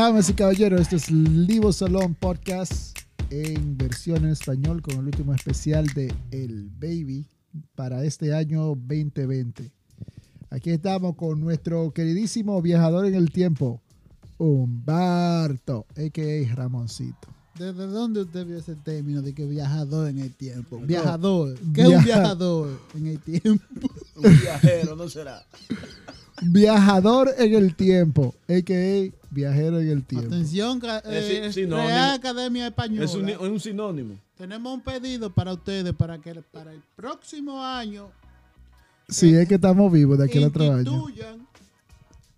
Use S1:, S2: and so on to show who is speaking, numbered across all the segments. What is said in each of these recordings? S1: Damas y caballeros, esto es Livo Salón Podcast en versión en español con el último especial de El Baby para este año 2020. Aquí estamos con nuestro queridísimo viajador en el tiempo, Humberto, a.k.a. Ramoncito.
S2: ¿Desde dónde usted vio ese término de que viajador en el tiempo? Viajador. ¿Qué es un
S1: Viaja-
S2: viajador en el tiempo?
S3: Un viajero, ¿no será?
S1: Viajador en el tiempo, a.k.a. viajero en el tiempo.
S2: Atención, ca- eh,
S3: Es si- sinónimo.
S2: Real Academia Española.
S3: Es un, es un sinónimo.
S2: Tenemos un pedido para ustedes para que para el próximo año
S1: Si es que estamos vivos de aquí al otro año.
S2: instituyan,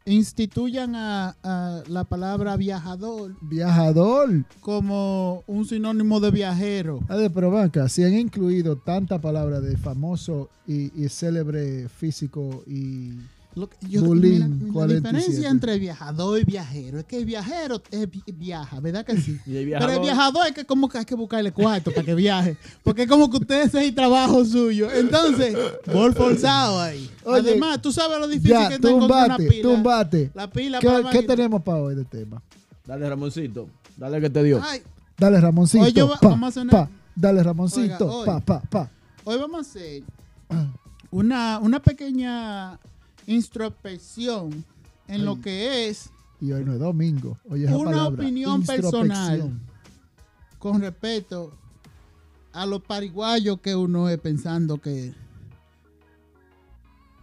S2: instituyan a, a la palabra viajador
S1: Viajador.
S2: como un sinónimo de viajero.
S1: A ver, Ah, pero ven acá, si han incluido tanta palabra de famoso y, y célebre físico y...
S2: Lo que- yo-
S1: Bulín,
S2: la
S1: 47.
S2: diferencia entre viajador y viajero es que el viajero es vi- viaja, ¿verdad que sí?
S3: Y el
S2: Pero
S3: viajador-
S2: el viajador es que como que hay que buscarle cuarto para que viaje. Porque es como que ustedes es el trabajo suyo. Entonces, por forzado ahí.
S1: Oye,
S2: Además, tú sabes lo difícil que
S1: Ya,
S2: es encontrar una
S1: tumbate,
S2: pila.
S1: tumbate.
S2: La pila para
S1: ¿Qué,
S2: la
S1: qué
S2: máquina.
S1: tenemos para hoy de tema?
S3: Dale, Ramoncito. Dale que te dio.
S2: Ay,
S1: Dale, Ramoncito.
S2: Hoy yo va-
S1: pa,
S2: vamos a hacer una-
S1: pa. Dale, Ramoncito.
S2: Oiga, hoy.
S1: pa, pa, pa.
S2: hoy vamos a hacer una, una pequeña introspección en lo que es
S1: Y hoy no es domingo. Hoy es la
S2: Una
S1: palabra,
S2: opinión
S1: introspección.
S2: personal. con respeto a los pariguayos que uno es pensando que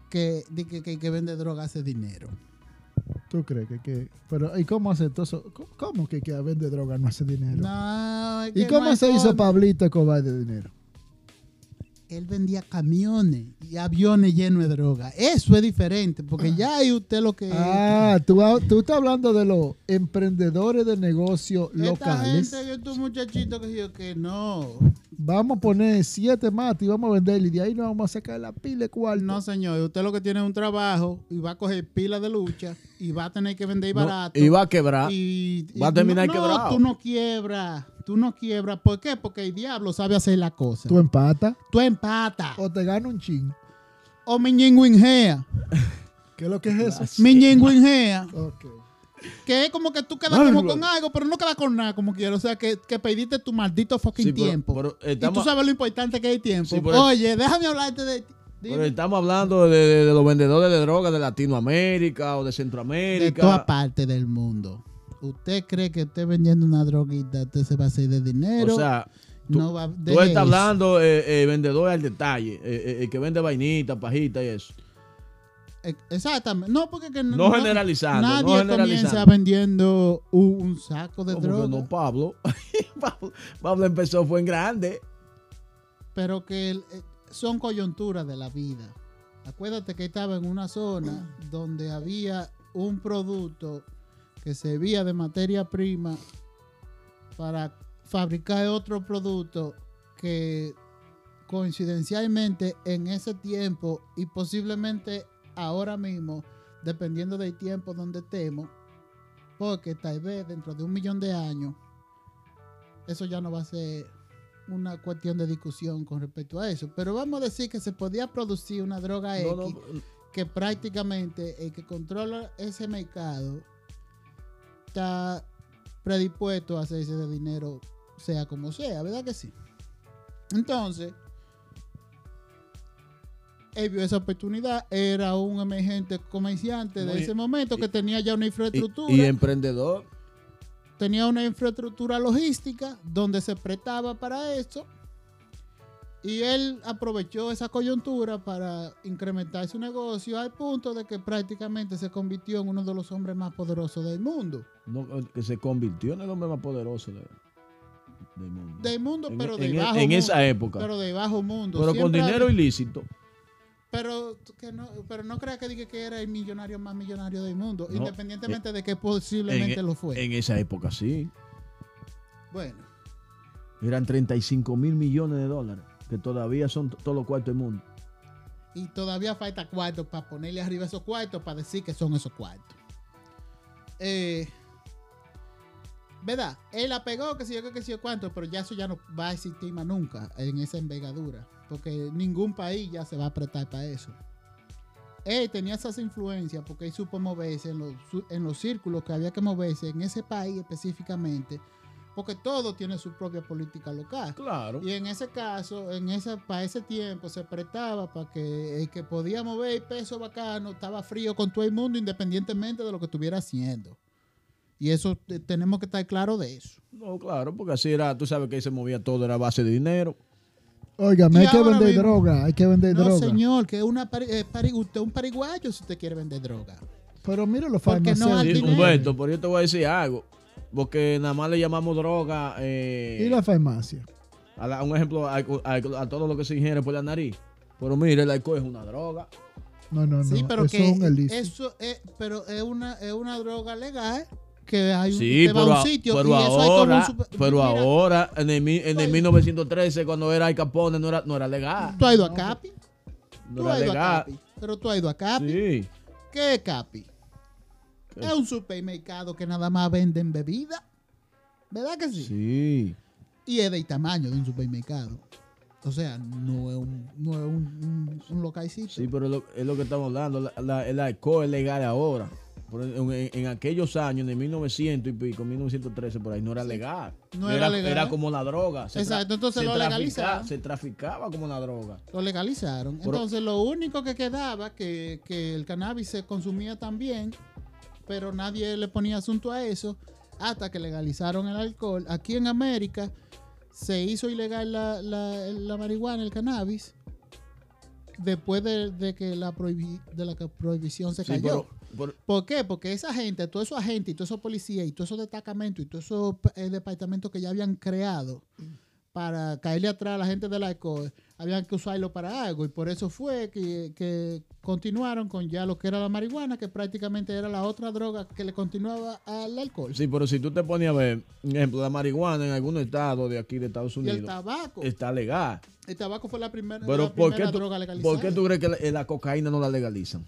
S2: que, di que, que, que vende droga hace dinero.
S1: ¿Tú crees que, que- Pero, ¿y cómo hace todo eso? ¿Cómo- ¿Cómo que, que vende droga no hace dinero?
S2: No, es
S1: ¿Y
S2: que
S1: cómo
S2: no hay
S1: se hizo
S2: forma.
S1: Pablito Cobay de dinero?
S2: Él vendía camiones y aviones llenos de droga. Eso es diferente, porque ya ahí usted lo que...
S1: Ah, tú, ha- tú estás hablando de los emprendedores de negocios
S2: Esta
S1: locales.
S2: gente, estos muchachitos que yo que no.
S1: Vamos a poner siete mates y vamos a vender y de ahí nos vamos a sacar la pila de cuarto.
S2: No, señor, usted lo que tiene es un trabajo y va a coger pila de lucha y va a tener que vender
S3: No,
S2: barato.
S3: y va a quebrar.
S2: y- y
S3: Va a terminar
S2: no,
S3: quebrado.
S2: No, tú no quiebras. Tú no quiebras. ¿Por qué? Porque el diablo sabe hacer la cosa.
S1: Tú
S3: em-
S2: Tú,
S1: empatas
S2: empatas. O,
S1: o te gana un chin.
S2: me ñingüingea.
S1: ¿Qué es lo que es eso?
S2: Me ñingüingea.
S1: Ok.
S2: Que es como que tú quedas
S3: Bárbaro.
S2: como con algo, pero no quedas con nada como quieras. O sea, que, que perdiste tu maldito fucking
S3: Sí, pero-
S2: tiempo.
S3: pero
S2: y tú
S3: estamos-
S2: sabes lo importante que es el tiempo.
S3: Sí, pero-
S2: Oye, déjame hablarte de... dime.
S3: Pero estamos hablando de, de- de los vendedores de drogas de Latinoamérica o de
S2: de
S3: Centroamérica.
S2: toda parte del mundo. Usted cree que usted vendiendo una droguita, usted se va a hacer de dinero.
S3: o sea, tú,
S2: no va-
S3: tú
S2: deje
S3: estás
S2: eso.
S3: hablando eh, eh, vendedor al detalle, eh, eh, el que vende vainita, pajita y eso.
S2: Eh, Exactamente. No, porque que
S3: No generalizando, no
S2: Nadie comienza
S3: generalizando.
S2: vendiendo un, un saco de
S3: Como que
S2: droga.
S3: no, Pablo. Pablo. Pablo empezó, fue en grande.
S2: Pero que el- eh, son coyunturas de la vida. Acuérdate que estaba en una zona donde había un producto que servía de materia prima para fabricar otro producto que coincidencialmente en ese tiempo y posiblemente ahora mismo, dependiendo del tiempo donde estemos, porque tal vez dentro de un millón de años, eso ya no va a ser una cuestión de discusión con respecto a eso. Pero vamos a decir que se podía producir una droga X
S3: No, no,
S2: que prácticamente el que controla ese mercado está predispuesto a hacerse de dinero, sea como sea, ¿verdad que sí? Entonces, él vio esa oportunidad, era un emergente comerciante de
S3: No, y-
S2: ese momento que tenía ya una
S3: y-
S2: infraestructura
S3: y emprendedor.
S2: tenía una infraestructura logística donde se prestaba para esto. Y él aprovechó esa coyuntura para incrementar su negocio al punto de que prácticamente se convirtió en uno de los hombres más poderosos del mundo.
S3: No, que se convirtió en el hombre más poderoso de- del mundo.
S2: Del mundo,
S3: En-
S4: e
S2: pero
S3: en,
S2: de
S3: en- e,
S2: bajo
S3: en
S2: mundo.
S3: esa época. Pero,
S2: Pero de bajo mundo.
S3: con
S2: Siempre
S3: dinero
S2: había-
S3: ilícito.
S2: Pero, que no, pero no crea que diga que era el millonario más millonario del mundo,
S3: No. Eh,
S2: independientemente de que posiblemente
S4: e
S3: en- e,
S2: lo fue.
S3: En esa época, sí.
S2: bueno,
S3: Eran 35 mil millones de dólares, que todavía son t- todos los cuartos del mundo.
S2: Y todavía falta cuartos para ponerle arriba esos cuartos para decir que son esos cuartos. Eh, ¿Verdad? Él la pegó, que sé yo, qué, que sé yo cuánto, pero ya eso ya no va a existir más nunca en esa envergadura. Porque ningún país ya se va a apretar para eso. él tenía esas influencias porque él supo moverse en los, su- en los círculos que había que moverse en ese país específicamente, porque todo tiene su propia política local.
S4: Claro.
S2: Y en ese caso, en esa, para ese tiempo se prestaba para que el que podía mover peso bacano estaba frío con todo el mundo independientemente de lo que estuviera haciendo. Y eso te- tenemos que estar claros de eso.
S4: No, claro, porque así era, tú sabes que ahí se movía todo, era base de dinero.
S1: Óigame,
S2: Y
S1: hay que
S2: ahora
S1: vender
S2: mismo-
S1: droga, hay que vender
S2: No,
S1: droga.
S2: señor, que una pari- eh, pari- usted es un pariguayo si usted quiere vender droga.
S1: Pero mira los
S2: Porque no
S1: farmacéuticos.
S2: al
S4: Sí,
S2: Ah, dinero.
S4: Humberto, por yo te voy a decir algo. Porque nada más le llamamos droga eh,
S1: Y la farmacia.
S4: a, la- un ejemplo a, a- a todo lo que se ingiere por la nariz. Pero mire, el alcohol es una droga.
S1: No, no, no.
S2: sí, pero
S1: eso
S2: que
S1: es un elixir.
S2: eso es, pero es una, es una droga legal que hay un,
S4: Sí,
S2: usted va a
S4: pero,
S2: un
S4: a-
S2: sitio
S4: pero
S2: y eso hay como un
S4: ahora,
S2: super-
S4: pero
S2: Mira,
S4: ahora en el, mi- en
S2: Oye.
S4: el 1913 cuando era Al Capone no era, no era legal,
S2: Tú has ido a Capi,
S4: no
S2: tú has
S4: era
S2: ido a
S4: legal.
S2: Capi, pero tú has ido a Capi.
S4: Sí,
S2: ¿Qué es Capi?
S4: ¿Qué?
S2: Es un supermercado que nada más venden bebida. ¿Verdad que sí?
S4: sí.
S2: Y es del tamaño de un supermercado. O sea, no es un, no es un, un- un localcito.
S4: Sí, pero lo- es lo que estamos hablando. la- la- el alcohol es legal ahora. Pero en, en- en aquellos años, en el 1900 y pico, 1913, por ahí no era legal.
S2: No era legal. ¿eh?
S4: Era como la droga. tra-
S2: Exacto, entonces
S4: se
S2: lo
S4: trafica-
S2: legalizaron.
S4: Se traficaba como la droga.
S2: Lo legalizaron.
S4: Pero-
S2: Entonces, lo único que quedaba que, que el cannabis se consumía también, pero nadie le ponía asunto a eso hasta que legalizaron el alcohol. Aquí en América se hizo ilegal la, la- la marihuana, el cannabis, después de, de que la prohibi- de la que prohibición se
S4: Sí,
S2: cayó.
S4: pero- pero-
S2: ¿Por qué? Porque esa gente, todos esos agentes, y todos esos policías, y todos esos destacamentos, y todos esos eh, departamentos que ya habían creado para caerle atrás a la gente del alcohol, habían que usarlo para algo. Y por eso fue que, que continuaron con ya lo que era la marihuana, que prácticamente era la otra droga que le continuaba al alcohol.
S4: sí, pero si tú te pones a ver, un ejemplo, la marihuana en algún estado de aquí de Estados
S2: y el
S4: Unidos
S2: tabaco.
S4: está legal.
S2: el tabaco fue la primera,
S4: Pero
S2: la
S4: ¿por
S2: primera
S4: qué, tú,
S2: droga legalizada.
S4: ¿por qué tú crees que la, la cocaína no la legalizan?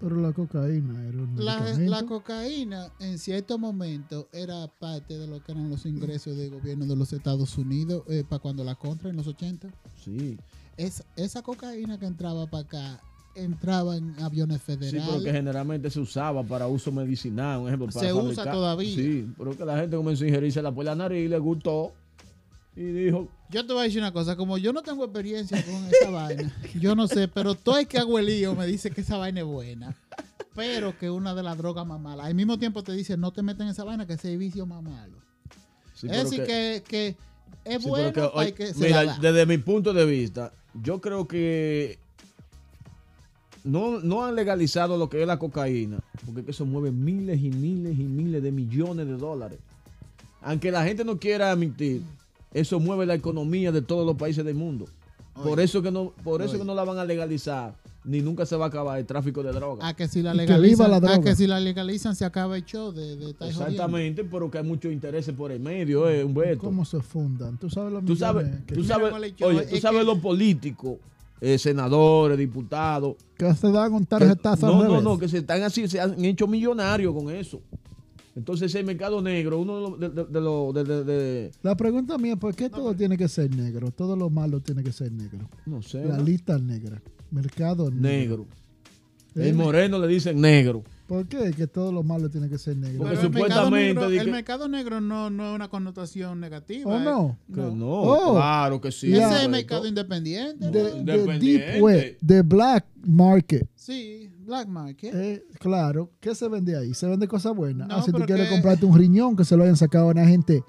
S1: Pero la cocaína era un
S2: La,
S1: medicamento.
S2: la cocaína en cierto momento era parte de lo que eran los ingresos del gobierno de los Estados Unidos para cuando la contra en los 80.
S4: Sí.
S2: Es, esa cocaína que entraba para acá entraba en aviones
S4: Sí,
S2: federales.
S4: pero que generalmente se usaba para uso medicinal, un ejemplo. Para
S2: Se usa todavía.
S4: Sí, pero que la gente comenzó a ingerirse la por la nariz y le gustó. Y dijo,
S2: Yo te voy a decir una cosa, como yo no tengo experiencia con esa vaina, yo no sé, pero todo el que hago el lío me dice que esa vaina es buena, pero que es una de las drogas más malas. Al mismo tiempo te dice, no te metas en esa vaina, que ese es el vicio más malo.
S4: sí,
S2: es
S4: pero
S2: decir, que, que es
S4: sí, pero
S2: bueno
S4: que,
S2: para
S4: oye,
S2: el que se
S4: mira,
S2: la da.
S4: desde mi punto de vista, yo creo que no, no han legalizado lo que es la cocaína, porque es que eso mueve miles y miles y miles de millones de dólares. Aunque la gente no quiera admitir, eso mueve la economía de todos los países del mundo. Por
S2: Oye.
S4: eso que no, por eso
S2: Oye.
S4: que no la van a legalizar, ni nunca se va a acabar el tráfico de drogas.
S2: A que si la
S1: Y que
S2: legalizan,
S1: viva la
S2: a
S1: droga.
S2: que si la legalizan se acaba el show de, de estar jodiendo.
S4: Exactamente, pero que hay muchos intereses por el medio, eh, Humberto.
S1: ¿Cómo se fundan? Tú sabes los
S4: Tú sabes,
S1: millones que,
S4: tú
S2: Mira,
S4: sabes,
S2: Mole, yo-
S4: oye,
S2: es
S4: tú
S2: que-
S4: sabes los políticos, eh, senadores, diputados.
S1: que se dan un
S4: que-
S1: tarjetazo al
S4: no, no,
S1: revés.
S4: no, que se están así, se han hecho millonarios con eso. Entonces el mercado negro, uno de los... De, de- de los- de- de- de-
S1: La pregunta mía es, ¿por qué todo tiene que ser negro? Todo lo malo tiene que ser negro.
S4: no sé,
S1: La
S4: ¿no?
S1: lista negra. Mercado negro.
S4: negro.
S1: Eh,
S4: El moreno le dicen negro.
S1: ¿Por qué que todo lo malo tiene que ser negro?
S4: Porque
S2: Pero el mercado
S4: supuestamente
S2: negro-
S4: di
S2: el
S4: que-
S2: mercado negro no, no es una connotación negativa.
S1: ¿O
S2: eh.
S1: no?
S4: Que no,
S1: Oh.
S4: claro que sí.
S2: Ese
S1: Ya.
S2: es el
S4: Humberto.
S2: mercado independiente.
S1: The,
S4: Independiente.
S1: deep web, the black market.
S2: Sí, black market.
S1: Eh, claro, ¿qué se vende ahí? Se vende cosas buenas.
S2: No,
S1: Ah, si tú
S2: pero
S1: quieres
S2: que-
S1: comprarte un riñón, que se lo hayan sacado a una gente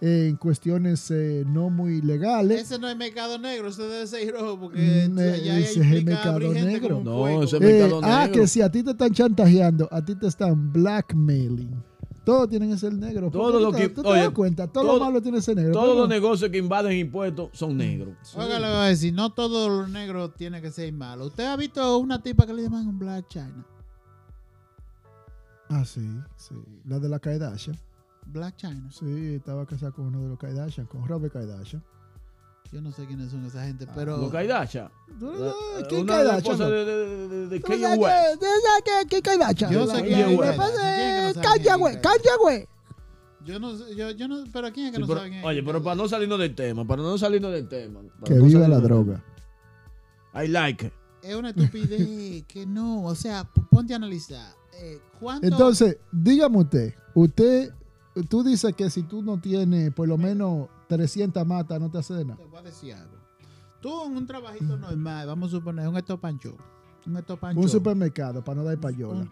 S1: eh, en cuestiones eh, no muy legales.
S2: Ese no es mercado negro, ese debe ser rojo porque
S1: Mm,
S2: ya ya
S1: ese es el
S2: implica
S1: mercado
S2: abrir gente
S1: negro.
S2: como un
S4: No,
S2: puerco.
S4: ese-
S1: Eh,
S4: mercado
S1: ah,
S4: negro.
S1: que si a ti te están chantajeando, a ti te están blackmailing. Todo tienen que ser negro. ¿Por
S4: Todo
S1: qué
S4: lo
S1: tú
S4: que-
S1: te- tú te
S4: oye,
S1: das cuenta, todo, lo
S4: todo-
S1: malo tiene que ser negro.
S4: Todos los
S1: Pero-
S4: negocios que invaden impuestos son negros.
S2: Oiga, le voy a decir, no todo lo negro tiene que ser malo. ¿Usted ha visto una tipa que le llaman un Black China?
S1: Ah, sí, sí. La de la Kardashian.
S2: Black China.
S1: Sí, estaba casada con uno de los Kardashian, con Robert Kardashian.
S2: Yo no sé quiénes son esa gente,
S4: Los
S2: pero...
S4: Kardashian.
S1: ¿Tú no
S4: La-
S1: sabes ¿Quién
S4: una de las
S1: Kardashian?
S4: esposas
S1: no?
S4: de, de, de- de- de
S1: ¿Tú no
S4: Kanye
S1: sabes
S4: West.
S1: qué- tú no sabes qué- quién Kardashian?
S2: Yo
S1: La-
S2: sé
S1: la-
S2: quién es
S1: la-
S2: Kardashian.
S1: la-
S2: ¿Quién es que no sabe quién
S1: Pues, eh,
S2: es
S1: Kanye West,
S2: Kardashian?
S1: Kanye West.
S2: Yo no sé, yo, yo no... ¿Pero quién es que
S4: Sí,
S2: no
S4: pero-
S2: sabe quién es
S4: oye, pero
S2: Kardashian?
S4: para no salirnos del tema, para no salirnos del tema. para
S1: Que
S4: no
S1: viva la
S4: salirnos del-
S1: droga.
S4: I like it.
S2: Es una estupidez que no. O sea, p- ponte a analizar. Eh, ¿cuánto-
S1: Entonces, dígame usted, usted, tú dices que si tú no tienes por lo menos 300 matas, no te hace nada.
S2: Te voy a decir algo. Tú en un trabajito normal, vamos a suponer un estopancho. Un estopancho.
S1: Un supermercado para no dar payola.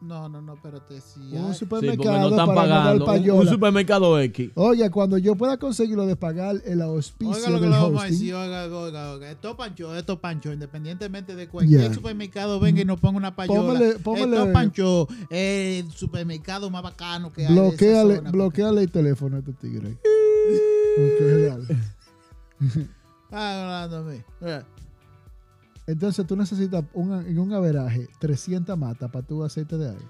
S2: No, no, no, espérate. Si
S1: Un,
S2: hay-
S4: Sí, porque
S1: supermercado
S4: no están
S1: Pues para no
S4: pagando.
S1: dar
S4: Un, un
S1: payola.
S4: supermercado X.
S1: Oye, cuando yo pueda conseguir lo de pagar el
S2: Oiga
S1: auspicio
S2: lo que
S1: del
S2: le vamos a
S1: hosting,
S2: decir, oiga, oiga, oiga. Esto pancho, esto pancho, independientemente de cualquier
S1: Ya.
S2: supermercado venga y nos ponga una payola.
S1: Póngale- póngale-
S2: Esto pancho, el supermercado más bacano que hay. de esa
S1: bloqueale,
S2: zona,
S1: bloqueale el teléfono a este tigre. Ok, dale.
S2: porque- Ah, hablándome. Mira,
S1: Entonces tú necesitas un, en un averaje 300 matas para tu aceite de aire.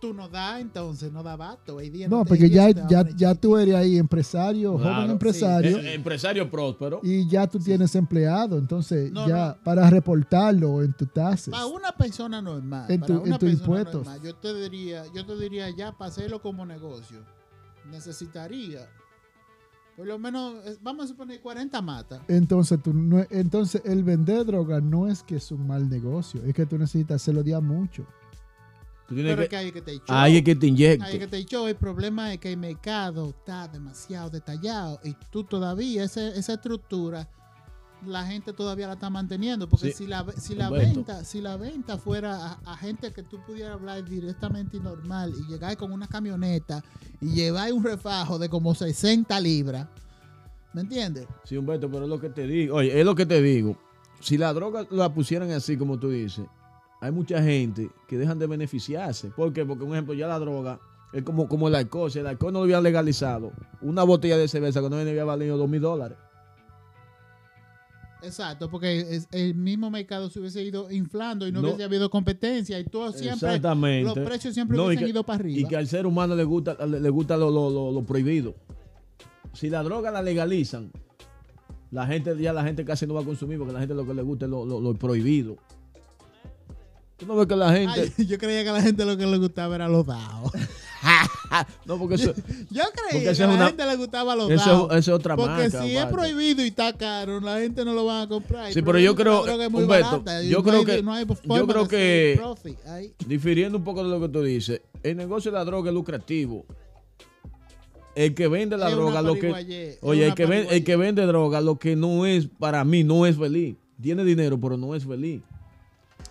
S2: Tú no das, entonces no da bato. hoy día
S1: No,
S2: te-
S1: porque
S2: hoy
S1: ya,
S2: día te
S1: ya,
S2: abren
S1: ya
S2: chiquito.
S1: tú eres ahí empresario, joven
S4: Claro,
S1: empresario.
S4: Eh, empresario próspero.
S1: y ya tú tienes empleado, entonces
S2: No,
S1: ya para reportarlo en tu tasa.
S2: Para una persona normal,
S1: En
S2: para
S1: tu-
S2: una
S1: en tus
S2: persona
S1: impuestos.
S2: normal, yo te diría, yo te diría ya para hacerlo como negocio, necesitaría por lo menos, eh, vamos a suponer 40 matas.
S1: Entonces, tú no- entonces el vender droga no es que es un mal negocio, es que tú necesitas hacerlo día mucho.
S4: Tú tienes
S2: Pero
S4: que-
S2: que hay que te echó.
S4: Ahí es que te
S2: Ay, que
S4: inyecte.
S2: te he dicho, el problema es que el mercado está demasiado detallado y tú todavía, ese- esa estructura, la gente todavía la está manteniendo. Porque
S4: Sí,
S2: si, la, ve- si, la
S4: Humberto.
S2: venta, si la venta fuera a, a gente que tú pudieras hablar directamente y normal y llegar con una camioneta y llevar un refajo de como 60 libras, ¿me entiendes?
S4: Sí, Humberto, pero es lo que te digo. Oye, es lo que te digo. Si la droga la pusieran así, como tú dices, hay mucha gente que dejan de beneficiarse. ¿Por qué? Porque, un ejemplo, ya la droga es como, como el alcohol. Si el alcohol no lo hubieran legalizado, una botella de cerveza que no había valido dos mil dólares.
S2: Exacto, porque es- el mismo mercado se hubiese ido inflando y no,
S4: No.
S2: hubiese habido competencia y todo siempre,
S4: Exactamente.
S2: los precios siempre
S4: No, y
S2: hubiesen
S4: que-
S2: ido para arriba.
S4: Y que al ser humano le gusta, le le gusta lo, lo- lo- lo prohibido. Si la droga la legalizan, la gente, ya la gente casi no va a consumir porque la gente lo que le gusta es lo, lo- lo prohibido. Tú no ves que la gente.
S2: Ay, yo creía que a la gente lo que le gustaba era los dados.
S4: No, porque
S2: Yo
S4: eso, Porque
S2: creía
S4: esa
S2: que a
S4: es
S2: la
S4: una-
S2: gente le gustaba los
S4: eso es-
S2: dados.
S4: eso es otra
S2: Porque
S4: marca.
S2: si es
S4: Walter.
S2: prohibido y está caro, la gente no lo va a comprar. El
S4: Sí, pero
S2: problema es
S4: yo creo-
S2: que la droga es muy
S4: Humberto,
S2: barata y
S4: yo
S2: no
S4: creo
S2: hay-
S4: que-
S2: no hay
S4: yo
S2: forma
S4: creo
S2: de
S4: que-
S2: hacer profit ahí.
S4: Difiriendo un poco de lo que tú dices, el negocio de la droga es lucrativo. El que vende la
S2: Es una
S4: droga, lo que.
S2: pariguayé, es
S4: Oye, el
S2: una
S4: que, ven- el
S2: pariguayé.
S4: que vende droga, lo que no es, para mí, no es feliz. Tiene dinero, pero no es feliz.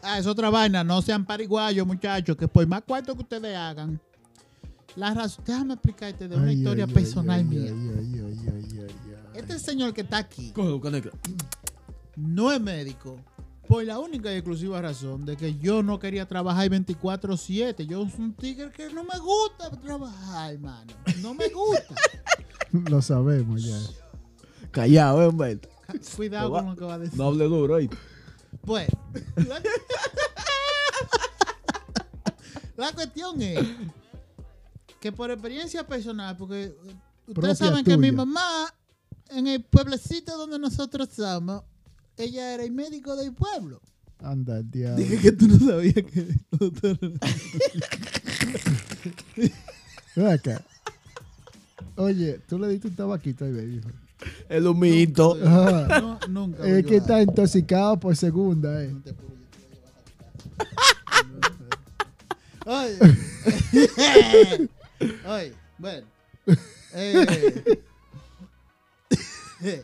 S2: Ah, es otra vaina. No sean pariguayos, muchachos, que por más cuarto que ustedes hagan. La razón, déjame explicarte de una
S1: Ay,
S2: historia
S1: ay, ay,
S2: personal
S1: ay,
S2: mía.
S1: ay, ay, ay, ay, ay, ay.
S2: Este señor que está aquí
S4: Cógelo, caneca.
S2: no es médico por la única y exclusiva razón de que yo no quería trabajar 24/7. Yo soy un tigre que no me gusta trabajar, hermano. No me gusta.
S1: Lo sabemos ya.
S3: Callado, eh, Humberto.
S2: Cuidado
S4: No va-
S2: con lo que va a decir.
S4: No hable duro ahí.
S2: Pues, la, la cuestión es que por experiencia personal, porque eh, ustedes
S1: Propia
S2: saben que mi
S1: tuya.
S2: mamá, en el pueblecito donde nosotros somos, ella era el médico del pueblo.
S1: Anda, el diablo.
S2: Dije que tú no sabías que
S1: Ven acá. Oye, tú le diste un tabaquito ahí, baby.
S4: El humito.
S2: Ah,
S1: Ajá.
S2: No, nunca. voy a
S1: Es que
S2: llorar.
S1: está intoxicado por segunda, eh.
S2: No te apures, yo te voy a matar. Oye. Oye, bueno. Eh.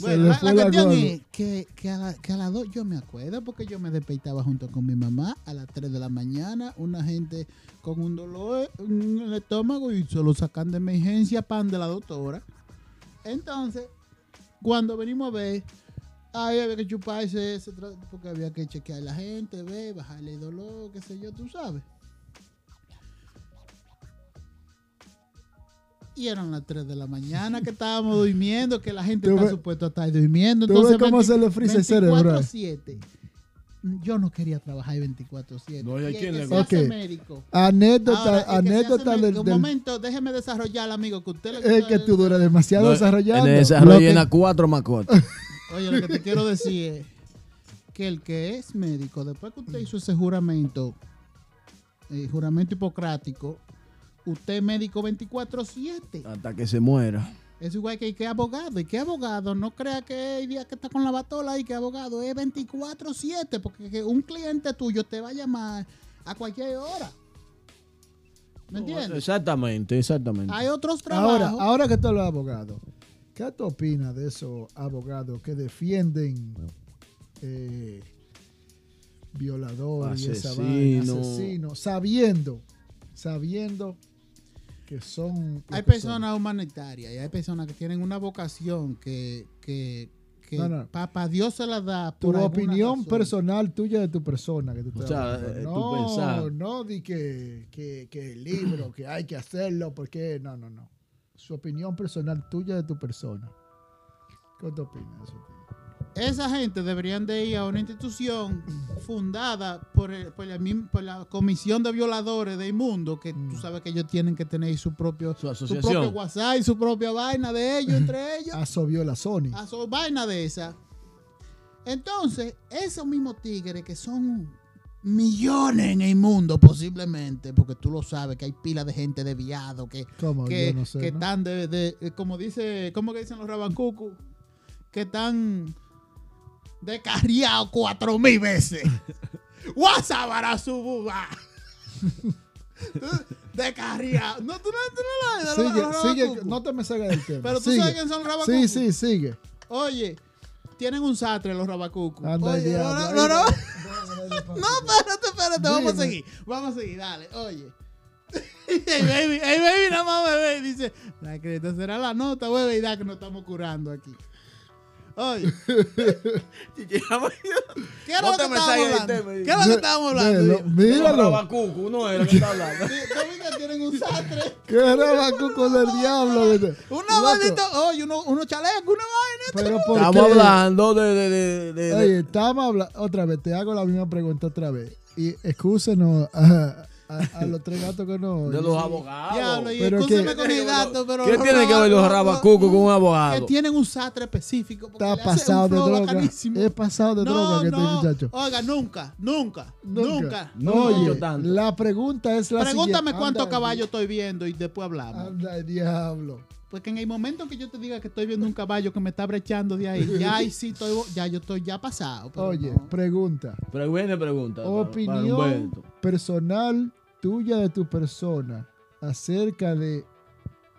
S2: Bueno,
S1: le
S2: la,
S1: fue
S2: la
S1: la
S2: cuestión
S1: guagua.
S2: es que, que a la- que a las dos yo me acuerdo porque yo me despeitaba junto con mi mamá a las 3 de la mañana. Una gente con un dolor en el estómago y se lo sacan de emergencia pan de la doctora. Entonces, cuando venimos a ver, ahí había que chuparse ese tra- porque había que chequear a la gente, ver, bajarle el dolor, qué sé yo, tú sabes. Y eran las 3 de la mañana que estábamos durmiendo, que la gente
S1: Tú
S2: está
S1: ve-
S2: supuesta a estar durmiendo.
S1: tú
S2: Entonces,
S1: ves cómo se le frisa el cerebro. ¿eh?
S2: 24/7. Yo no quería trabajar 24-7.
S4: No, ¿y a
S2: Y el
S4: quién
S2: que
S4: le
S2: se
S1: gusta?
S2: hace
S1: Ok.
S2: médico. Ahora,
S1: Anécdota,
S2: el que se hace
S1: anécdota
S2: médico-
S1: del,
S2: Un
S1: del-
S2: momento, déjeme desarrollar, amigo, que usted le
S1: Es
S2: gusta
S1: que
S2: el-
S1: tú duras demasiado
S4: No,
S1: desarrollando.
S4: En el
S1: Lo
S4: desarrollo
S1: que-
S4: en a cuatro macotas.
S2: Oye, lo que te quiero decir es que el que es médico, después que usted hizo ese juramento, eh, juramento hipocrático, usted es médico 24-7.
S4: Ah. Hasta que se muera.
S2: Es igual que, que abogado. ¿Y qué abogado? No crea que el día que está con la batola y que abogado es 24-7, porque que un cliente tuyo te va a llamar a cualquier hora. ¿Me entiendes?
S4: Exactamente, exactamente.
S2: Hay otros
S1: Ahora,
S2: trabajos.
S1: ahora que están los abogados, ¿qué tú opinas de esos abogados que defienden eh, violadores,
S4: Asesino.
S1: asesinos, sabiendo, sabiendo que son... lo
S2: hay
S1: que son?
S2: personas humanitarias y hay personas que tienen una vocación que, que, que
S1: No, no.
S2: papá Dios se la da.
S1: Tu
S2: por alguna
S1: opinión
S2: razón.
S1: personal tuya de tu persona. Que tú estás
S4: sea,
S1: hablando.
S4: eh, tu
S1: no,
S4: pensar.
S1: no di que, que, que el libro, que hay que hacerlo, porque no, no, no. Su opinión personal tuya de tu persona. ¿Qué te opinas de eso?
S2: Esa gente deberían de ir a una institución fundada por, el- por, la, mim- por la Comisión de Violadores de Inmundo, que tú
S1: Mm.
S2: sabes que ellos tienen que tener su propio,
S4: Su
S2: su propio
S4: asociación.
S2: WhatsApp y su propia vaina de ellos, entre ellos.
S1: Asobió Ah, la Sony.
S2: a su Ah, vaina de esa. Entonces, esos mismos tigres que son millones en el mundo posiblemente, porque tú lo sabes que hay pila de gente de viado que,
S1: ¿Cómo?
S2: que,
S1: Yo no sé.
S2: que
S1: ¿no?
S2: están de, de- eh, como dice, ¿cómo que dicen los rabancucu? Que están descarriados cuatro mil veces. Guasabara su buba. Descarriado. No, tú no, tú no la ves, los-
S1: Sigue,
S2: los
S1: sigue,
S2: rabancucu.
S1: no te me salgas del tema.
S2: Pero tú
S1: Sigue.
S2: sabes quién son los rabancucu.
S1: Sí, sí, sigue.
S2: Oye, tienen un sastre los rabacucos.
S1: Anda
S2: Oye,
S1: ya.
S2: no, no,
S1: ya,
S2: no, no,
S1: ya.
S2: no, espérate, espérate, vamos a
S1: Dime.
S2: seguir. Vamos a seguir, dale, oye. El baby, el baby nada más me ve y dice, la creta será la nota, güey, y da que nos estamos curando aquí. Oye, ¿qué era lo
S4: No
S2: que
S4: te me
S2: estábamos
S4: salgas del
S2: hablando?
S4: tema,
S2: ¿Qué era lo que
S1: Ve-
S2: estábamos hablando?
S1: velo,
S2: Dime.
S1: Míralo.
S4: Rabacucu, no era lo que está hablando.
S2: ¿Cómo que tienen un sastre?
S1: Que rabaco con el diablo.
S2: Una
S1: Loco,
S2: maldita, oye, uno- unos chalecos, una vaina.
S1: Pero ¿por
S4: Estamos
S1: qué?
S4: hablando de. de, de, de- de-
S1: Oye, estamos hablando. Otra vez, te hago la misma pregunta otra vez. Y excúsenos a, a- a los tres gatos que no.
S4: de los abogados.
S2: Diablo, y
S1: Pero
S2: escúchame
S1: que-
S2: con el dato, pero...
S4: Ah, ¿Qué tiene que ver los rabacucos con un
S2: que
S4: abogado?
S2: tienen un sastre específico. Porque
S1: Está
S2: le hacen
S1: pasado
S2: un
S1: de
S2: flow
S1: droga.
S2: bacanísimo.
S1: Es pasado de droga que este muchacho.
S2: Oiga, nunca, nunca, nunca.
S4: No
S1: Oye,
S4: mucho tanto.
S1: la pregunta es la siguiente.
S2: Pregúntame cuántos
S1: Anda,
S2: caballos estoy viendo y después hablamos.
S1: Anda, el diablo.
S2: Porque en el momento que yo te diga que estoy viendo un caballo que me está brechando de ahí, ya ahí sí estoy, bo- ya yo estoy ya pasado. pero
S1: Oye,
S2: no.
S1: pregunta.
S4: Pero viene pregunta. para- para
S1: Opinión
S4: Humberto.
S1: personal tuya de tu persona acerca de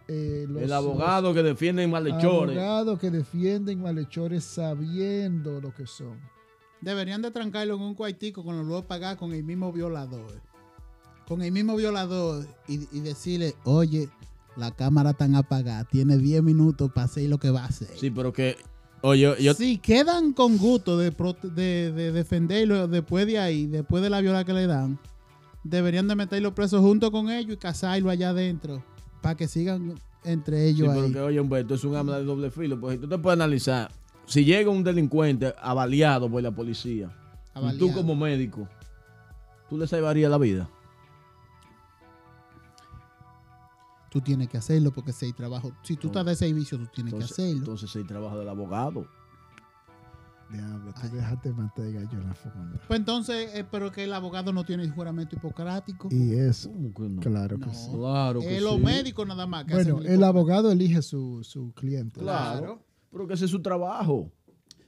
S1: eh, los
S4: El abogado que defiende malhechores.
S1: abogados que defienden malhechores sabiendo lo que son.
S2: Deberían de trancarlo en un cuartico con los luego pagar con el mismo violador. Con el mismo violador y, y decirle, oye, la cámara tan apagada, tiene 10 minutos para hacer lo que va a hacer.
S4: Sí, pero que. Oye, yo.
S2: Si quedan con gusto de, prote- de, de defenderlo después de ahí, después de la viola que le dan, deberían de meterlo preso junto con ellos y casarlo allá adentro para que sigan entre
S4: Sí,
S2: ellos
S4: pero
S2: ahí.
S4: que, oye, Humberto, es un arma de doble filo. Porque tú te puedes analizar. Si llega un delincuente avaliado por la policía, y tú
S2: avaliado.
S4: como médico, tú le salvarías la vida.
S2: Tú tienes que hacerlo porque si hay trabajo, si tú estás de servicio, tú tienes
S4: Entonces,
S2: que hacerlo.
S4: entonces es el trabajo del abogado.
S1: Diablo, tú
S2: Ay.
S1: dejaste matar de gallo en la fonda.
S2: Pues entonces, eh, pero que el abogado no tiene juramento hipocrático.
S1: Y eso,
S4: ¿Cómo que no?
S1: claro Mm, que
S2: Mm, No.
S1: sí.
S4: Claro que
S2: es los
S4: sí.
S2: médicos nada más. que
S1: Bueno,
S2: hacen
S1: el
S2: hipo-
S1: abogado elige su, su cliente.
S4: Claro.
S2: Claro.
S4: Pero que ese es su trabajo.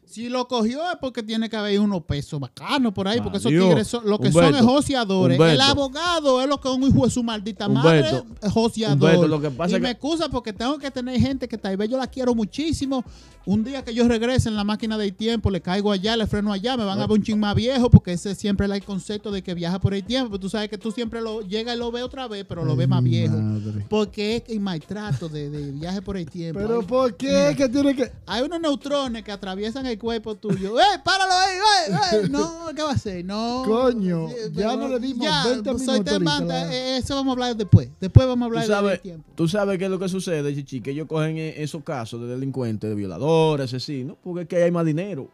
S2: Si lo cogió es porque tiene que haber unos pesos bacanos por ahí, porque esos
S4: Adiós.
S2: tigres son, lo que son
S4: Humberto,
S2: es joseadores. El
S4: Humberto.
S2: abogado es lo que es un hijo de su maldita madre,
S4: Humberto,
S2: es joseador.
S4: Humberto, lo que pasa
S2: y
S4: es que-
S2: me excusa porque tengo que tener gente que tal vez yo la quiero muchísimo. Un día que yo regrese en la máquina del tiempo, le caigo allá, le freno allá, me van a ver un ching más viejo, porque ese siempre es el concepto de que viaja por el tiempo. Pues Tú sabes que tú siempre lo llega y lo ve otra vez, pero lo
S1: Ay,
S2: ve más
S1: mi
S2: viejo.
S1: madre.
S2: Porque es el maltrato de, de viaje por el tiempo.
S1: Pero
S2: Ay,
S1: ¿por qué que tiene que...?
S2: hay unos neutrones que atraviesan el cuerpo tuyo. ¡Eh, páralo ahí! ¡Eh, eh! No, ¿qué va a hacer? No.
S1: Coño,
S2: Eh,
S1: ya
S2: pero-
S1: no le dimos 20
S2: pues,
S1: minutos
S2: soy tema,
S1: ahorita, la-
S2: eh, Eso vamos a hablar después. Después vamos a
S4: Tú
S2: hablar del
S4: sabes,
S2: tiempo.
S4: tú sabes qué es lo que sucede, Chichi, que ellos cogen e- esos casos de delincuentes, de violadores, asesinos, porque es que ahí hay más dinero.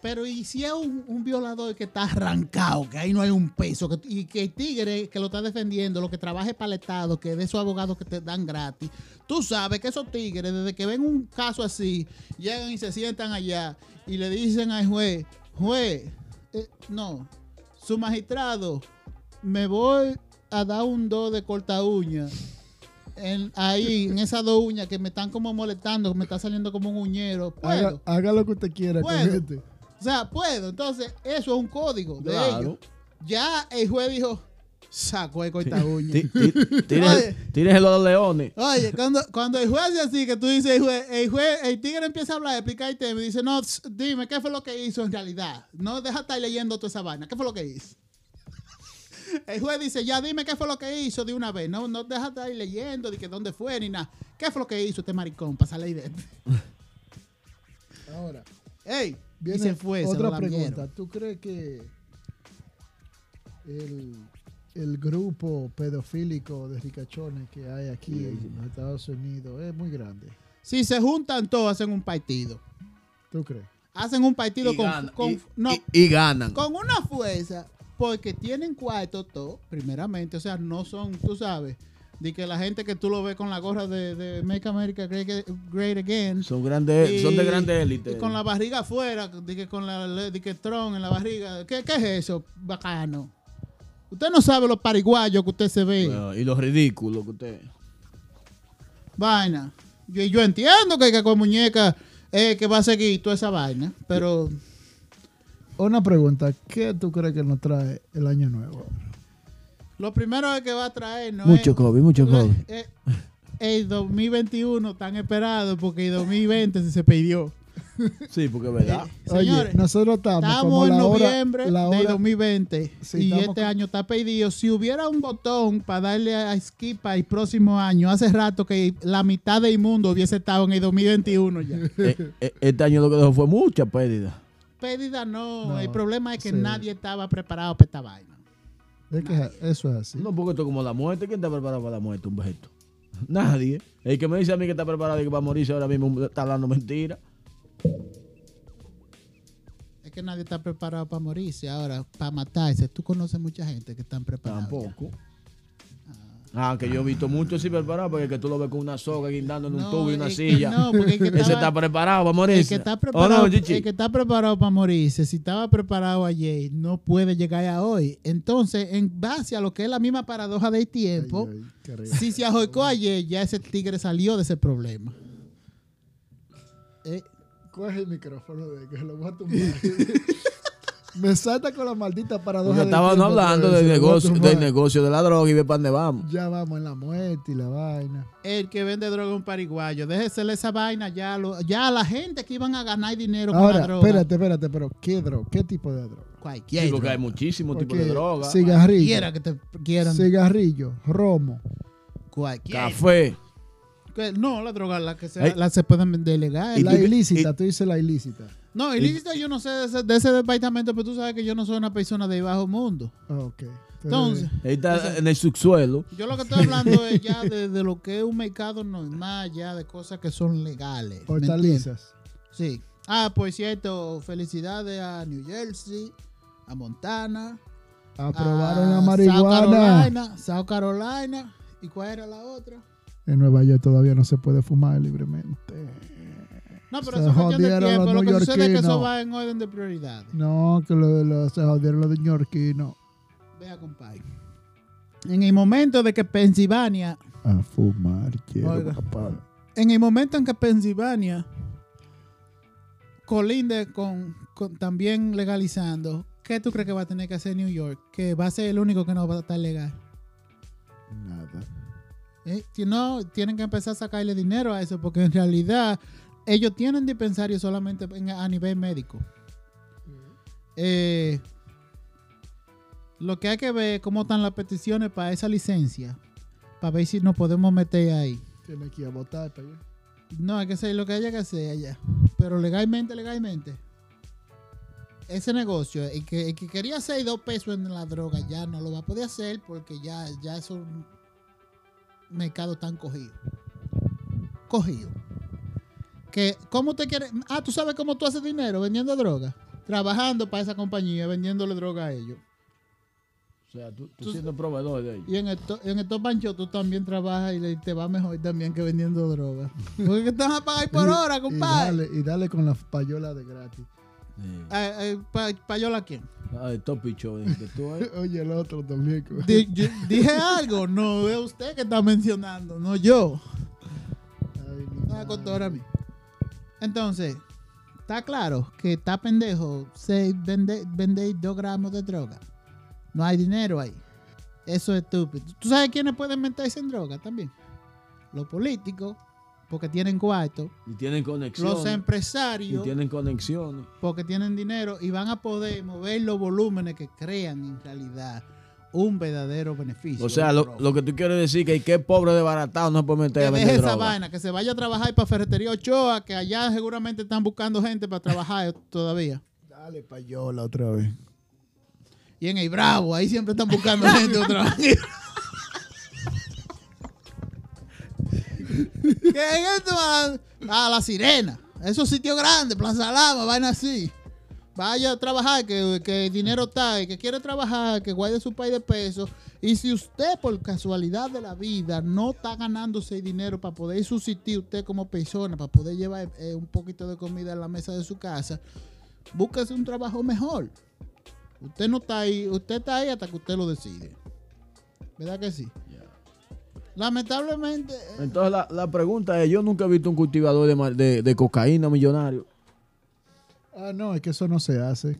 S2: Pero ¿y si es un, un violador que está arrancado, que ahí no hay un peso, que- y que el tigre que lo está defendiendo, lo que trabaje para el Estado, que de esos abogados que te dan gratis, tú sabes que esos tigres, desde que ven un caso así, llegan y se sientan allá y le dicen al juez, juez, eh, no, su magistrado, me voy a dar un do de corta uña en- ahí, en esas dos uñas que me están como molestando, que me está saliendo como un uñero.
S1: Haga,
S2: Puedo.
S1: haga lo que usted quiera con
S2: Puedo.
S1: este.
S2: O sea, puedo. Entonces, eso es un código de
S4: Claro.
S2: ellos. Ya el juez dijo, saco esta uña.
S4: Ti-
S2: Oye.
S4: ti- Tires tires los leones.
S2: Oye, cuando, cuando el juez hace así, que tú dices, el juez, el, juez- el tigre empieza a hablar, explica el tema y dice, no, tss, dime, ¿qué fue lo que hizo en realidad? No, deja estar leyendo toda esa vaina, ¿qué fue lo que hizo? El juez dice, ya dime qué fue lo que hizo de una vez, no, no deja estar leyendo de que dónde fue ni nada. ¿Qué fue lo que hizo este maricón para salir de este?
S1: Ahora,
S2: ¡Ey! Y
S1: viene
S2: se fue, se
S1: otra
S2: lo
S1: pregunta.
S2: lamieron.
S1: ¿Tú crees que el, el grupo pedofílico de ricachones que hay aquí en los Estados Unidos es muy grande?
S2: Si se juntan todos, hacen un partido.
S1: ¿Tú crees?
S2: Hacen un partido
S4: Y
S2: con,
S4: ganan,
S2: con-
S4: y-
S2: no,
S4: y- y ganan.
S2: con una fuerza, porque tienen cuarto todo, primeramente, o sea, no son, tú sabes, de que la gente que tú lo ves con la gorra de, de Make America Great, Great Again,
S4: Son grandes,
S2: y-
S4: son de grandes élites.
S2: y con la barriga afuera, de que con la de que Tron en la barriga, ¿qué, qué es eso? Bacano. Usted no sabe los pariguayos que usted se ve.
S4: Bueno, y los ridículos que usted.
S2: Vaina. Yo, yo entiendo que, que con muñeca eh, que va a seguir toda esa vaina, pero
S1: Una pregunta, ¿qué tú crees que nos trae el año nuevo?
S2: lo primero que va a traer no
S3: Mucho
S2: es...
S3: COVID, mucho
S2: Lo-
S3: COVID.
S2: eh, El 2021 tan esperado porque el 2020 se, se pidió. Eh,
S4: Sí, porque es verdad.
S2: Señores,
S1: Oye, nosotros estamos, como
S2: Estamos en
S1: la hora-
S2: noviembre
S1: la
S2: del
S1: hora-
S2: 2020
S1: Sí,
S2: y
S1: estamos
S2: este
S1: co-
S2: año está pedido. Si hubiera un botón para darle a skip al próximo año, hace rato que la mitad del mundo hubiese estado en el 2021 ya.
S4: Eh, eh, este año lo que dejó fue mucha pérdida.
S2: Pérdida no,
S1: No,
S2: el problema es que
S1: sí.
S2: nadie estaba preparado para esta vaina.
S1: es que eso es así.
S4: No, porque esto es como la muerte. ¿Quién está preparado para la muerte? Un vegeto. Nadie. El que me dice a mí que está preparado y que va a morirse ahora mismo está hablando mentira.
S2: Ah, Es que nadie está preparado para morirse ahora, para matarse. Tú conoces mucha gente que están preparados. ya.
S4: Tampoco. Ah, que yo he visto mucho así preparado, porque que tú lo ves con una soga guindando en un
S2: No,
S4: tubo y una
S2: es que
S4: silla.
S2: no, porque es que
S4: Ese
S2: estaba-
S4: está preparado para morirse.
S2: El que, está
S4: ¿O
S2: preparado,
S4: no, Chichi?
S2: el que está preparado para morirse, si estaba preparado ayer, no puede llegar a hoy. Entonces, en base a lo que es la misma paradoja del
S1: Ay,
S2: tiempo,
S1: ay, qué rico.
S2: si se ahorcó ayer, ya ese tigre salió de ese problema. Eh,
S1: Coge el micrófono de que lo voy a tumbar. Me salta con la maldita paradoja.
S4: Porque
S1: del
S4: estaban
S1: tiempo
S4: hablando
S1: otra vez, se
S4: del
S1: lo voy a
S4: negocio,
S1: tumbar.
S4: del negocio de la droga y de pan de vamos.
S1: Ya vamos en la muerte y la vaina.
S2: el que vende droga es un pariguayo, déjesele esa vaina ya a, lo- ya a la gente que iban a ganar dinero con
S1: Ahora,
S2: la droga.
S1: espérate, espérate, pero ¿qué droga? ¿Qué tipo de droga?
S2: Cualquier
S4: Sí, porque hay
S2: droga,
S4: muchísimos tipos
S1: Porque
S4: de droga.
S2: cualquiera
S1: Cigarrillo.
S2: que te quieran.
S1: Cigarrillo, romo.
S2: cualquier-
S4: Café.
S2: que- No, la droga, la que
S4: Ay.
S2: se, la se pueden vender legal.
S4: ¿Y
S1: La
S4: tú qué-
S1: ilícita,
S4: y-
S1: tú dices la ilícita.
S2: No, y listo, yo no sé de ese, de ese departamento, pero tú sabes que yo no soy una persona de bajo mundo.
S1: Ah, Ok.
S2: Entonces,
S1: eh.
S4: Ahí está en el subsuelo.
S2: yo lo que estoy hablando es ya de, de lo que es un mercado normal, ya de cosas que son legales. ¿me entiendes?
S1: hortalizas.
S2: Sí. Ah, por cierto, felicidades a New Jersey, a Montana,
S1: Aprobaron la
S2: a South
S1: marihuana.
S2: Carolina, South Carolina. ¿Y cuál era la otra?
S1: En Nueva York todavía no se puede fumar libremente.
S2: No, pero
S1: Se
S2: eso es cuestión de
S1: jodieron
S2: tiempo.
S1: los
S2: Lo que sucede es que eso
S1: neoyorquinos.
S2: va en orden de prioridades.
S1: No, que lo de los, se jodieron los neoyorquinos.
S2: Vea, compadre. En el momento de que Pensilvania
S1: A fumar, quiero
S2: Oiga.
S1: papá.
S2: en el momento en que Pensilvania colinde con, con también legalizando, ¿qué tú crees que va a tener que hacer New York? Que va a ser el único que no va a estar legal.
S1: Nada.
S2: ¿eh? Si no, tienen que empezar a sacarle dinero a eso, porque en realidad ellos tienen dispensarios solamente en- a nivel médico. Eh, lo que hay que ver es cómo están las peticiones para esa licencia, para ver si nos podemos meter ahí.
S1: Tiene que ir a votar para allá.
S2: No, hay que hacer lo que haya que hacer allá. Pero legalmente, legalmente. Ese negocio, el que, el que quería hacer dos pesos en la droga, ya no lo va a poder hacer porque ya, ya esos mercados están cogidos. Cogidos. Que, ¿Cómo te quiere? Ah, tú sabes cómo tú haces dinero vendiendo droga. Trabajando para esa compañía, vendiéndole droga a ellos.
S4: O sea, tú, tú siendo proveedor de ellos.
S2: Y en, esto, en estos panchos tú también trabajas y le- te va mejor también que vendiendo droga. Porque te vas a pagar por hora,
S1: Y
S2: compadre.
S1: dale, y dale con la payola de gratis.
S2: Eh, eh, pa- ¿Payola quién?
S4: Ah, el Topi Show, dijiste tú ahí.
S1: Oye, el otro también. co-
S2: Di- yo- dije algo, no es usted que está mencionando, no yo.
S1: Ay, Ah, mi
S2: No me contó
S1: madre.
S2: ahora a mí. Entonces, está claro que está pendejo. Se vende, vendéis dos gramos de droga. No hay dinero ahí. Eso es estúpido. ¿Tú sabes quiénes pueden meterse en droga también? Los políticos, porque tienen cuarto.
S4: Y tienen conexión.
S2: Los
S4: y
S2: empresarios,
S4: tienen conexiones.
S2: porque tienen dinero y van a poder mover los volúmenes que crean en realidad un verdadero beneficio.
S4: O sea, lo, lo que tú quieres decir que el que es pobre de baratado no se puede meter
S2: que
S4: a
S2: deje
S4: vender
S2: esa
S4: droga.
S2: vaina, que se vaya a trabajar para Ferretería Ochoa, que allá seguramente están buscando gente para trabajar todavía.
S1: Dale payola otra vez.
S2: Y en el Bravo, ahí siempre están buscando gente otra vez. que en esto a, a la sirena, esos sitios grandes, Plaza Lama, vaina así. Vaya a trabajar, que, que el dinero está y que quiere trabajar, que guarde su país de pesos. Y si usted, por casualidad de la vida, no está ganándose el dinero para poder subsistir usted como persona, para poder llevar eh, un poquito de comida a la mesa de su casa, búsquese un trabajo mejor. Usted no está ahí, usted está ahí hasta que usted lo decide. ¿Verdad que sí? Lamentablemente, eh,
S4: Entonces la, la pregunta es, yo nunca he visto un cultivador de, ma- de, de cocaína millonario.
S1: Ah, no, es que eso no se hace.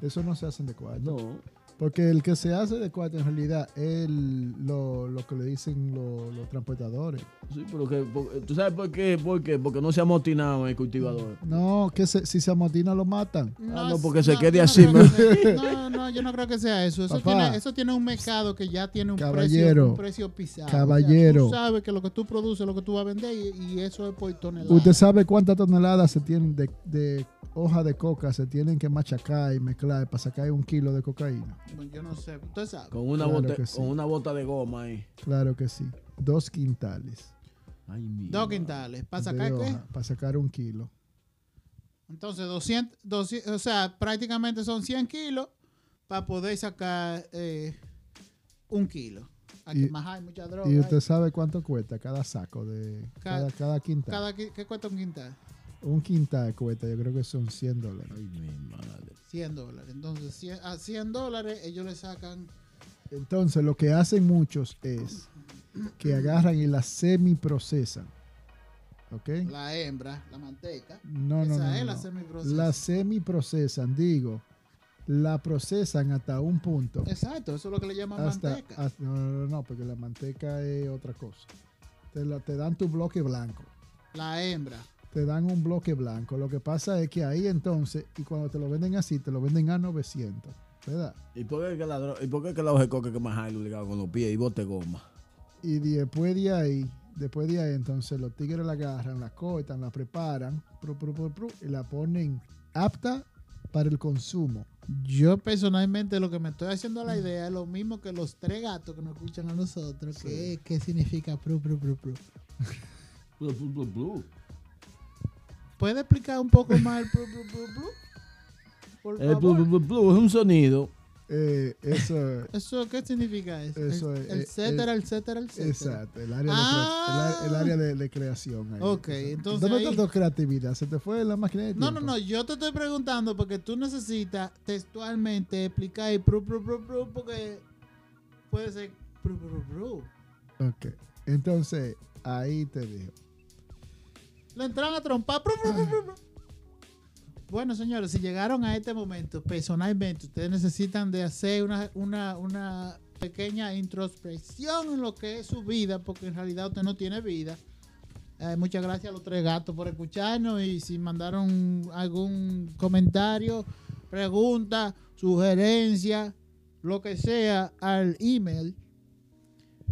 S1: Eso no se hace de cuarto.
S4: No.
S1: Porque el que se hace de cuarto en realidad es lo, lo que le dicen lo- los transportadores.
S4: Sí, pero que, por- ¿tú sabes por qué? ¿Por qué? Porque no se ha amotinado el cultivador.
S1: No, que se- si se amotina lo matan.
S2: no,
S4: Ah, no,
S2: es-
S4: porque se quede
S2: yo
S4: así,
S2: creo que sea- No, no, yo no creo que sea eso. Eso,
S1: Papá.
S2: tiene, eso tiene un mercado que ya tiene un,
S1: Caballero.
S2: precio, un precio pisado.
S1: Caballero.
S2: O sea, tú sabes que lo que tú produces, lo que tú vas a vender y, y eso es por tonelada.
S1: Usted sabe cuántas toneladas se tienen de, de hoja de coca se tienen que machacar y mezclar para sacar un kilo de cocaína.
S2: Bueno, Yo no sé, usted sabe.
S4: Con una,
S1: Claro
S4: bota,
S1: que sí.
S4: con una bota de goma ahí.
S1: Claro que sí. Dos quintales.
S4: Ay, mi
S2: Dos
S4: madre.
S2: quintales. ¿Para sacar qué?
S1: Para sacar un kilo.
S2: Entonces, 200, 200, o sea, prácticamente son 100 kilos para poder sacar eh, un kilo. Aquí
S1: Y-
S2: más hay mucha droga.
S1: Y
S2: hay-
S1: usted sabe cuánto cuesta cada saco de cada,
S2: Cada-
S1: cada quintal.
S2: cada, qui- ¿Qué cuesta un quintal?
S1: Un quintal cuesta, yo creo que son 100 dólares.
S4: Ay, mi madre.
S2: 100 dólares. Entonces, 100 a 100 dólares ellos le sacan
S1: Entonces, lo que hacen muchos es que agarran y la semiprocesan. ¿Ok?
S2: la hembra, la manteca.
S1: No, no,
S2: Esa
S1: no.
S2: es
S1: no,
S2: la
S1: no.
S2: semiprocesa.
S1: La semiprocesan, digo. La procesan hasta un punto.
S2: Exacto, eso es lo que le llaman
S1: Hasta,
S2: manteca.
S1: hasta- no, no, no, no, porque la manteca es otra cosa. Te, la- te dan tu bloque blanco.
S2: la hembra.
S1: Te dan un bloque blanco. Lo que pasa es que ahí entonces, y cuando te lo venden así, te lo venden a 900. ¿Verdad?
S4: ¿Y por qué que la, dro- ¿y por qué que la hoja de coca que más hay ligado con los pies y bote goma?
S1: Y después de ahí, después de ahí, entonces los tigres la agarran, la cortan, la preparan, pru, pru, pru, pru, y la ponen apta para el consumo.
S2: Yo personalmente lo que me estoy haciendo la idea es lo mismo que los tres gatos que nos escuchan a nosotros. que ¿Qué, significa pru, pru, pru, pru?
S4: Blu, blu, blu, blu.
S2: ¿Puede explicar un poco más el blu, blu, blu, blu? Por
S4: El blu,
S2: favor.
S4: blu, blu, blu es un sonido.
S1: Eh, eso,
S2: ¿Eso qué significa eso? eh,
S1: Eso
S2: El-
S1: es-
S2: el
S1: es-
S2: etcétera, etcétera, etcétera.
S1: exacto, el área, de cre-
S2: Ah.
S1: el, a- el área de, de creación. ahí.
S2: Ok,
S1: Eso.
S2: entonces
S1: ¿Dónde
S2: ahí-
S1: está tu creatividad? ¿Se te fue la máquina de
S2: No, no,
S1: tiempo?
S2: no, yo te estoy preguntando porque tú necesitas textualmente explicar el pru, pru, pru, pru, porque puede ser pru, pru, pru.
S1: Ok, entonces ahí te digo.
S2: Le entraron a trompar. pru, pru, pru, pru, pru. Bueno, señores, si llegaron a este momento, personalmente, ustedes necesitan de hacer una, una, una pequeña introspección en lo que es su vida, porque en realidad usted no tiene vida. Eh, muchas gracias a los tres gatos por escucharnos y si mandaron algún comentario, pregunta, sugerencia, lo que sea, al email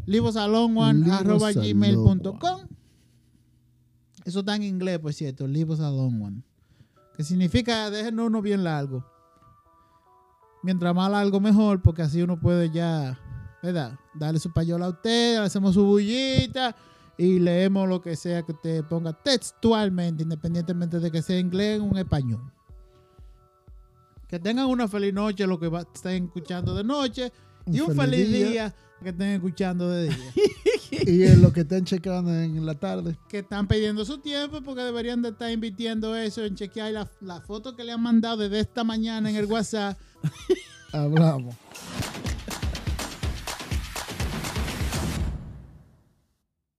S2: libosalonwan.com. Eso está en inglés, por cierto, libosalonwan. Que significa déjenos uno bien largo. Mientras más largo, mejor, porque así uno puede ya, ¿verdad? Darle su payola a usted, le hacemos su bullita y leemos lo que sea que usted ponga textualmente, independientemente de que sea inglés o un español. Que tengan una feliz noche, lo que va- estén escuchando de noche. Y un feliz día que estén escuchando de día.
S1: Y en lo que estén checando en la tarde.
S2: que están pidiendo su tiempo porque deberían de estar invirtiendo eso en
S1: Ah,
S2: chequear la, la foto que le han mandado desde esta mañana en el WhatsApp.
S1: Hablamos.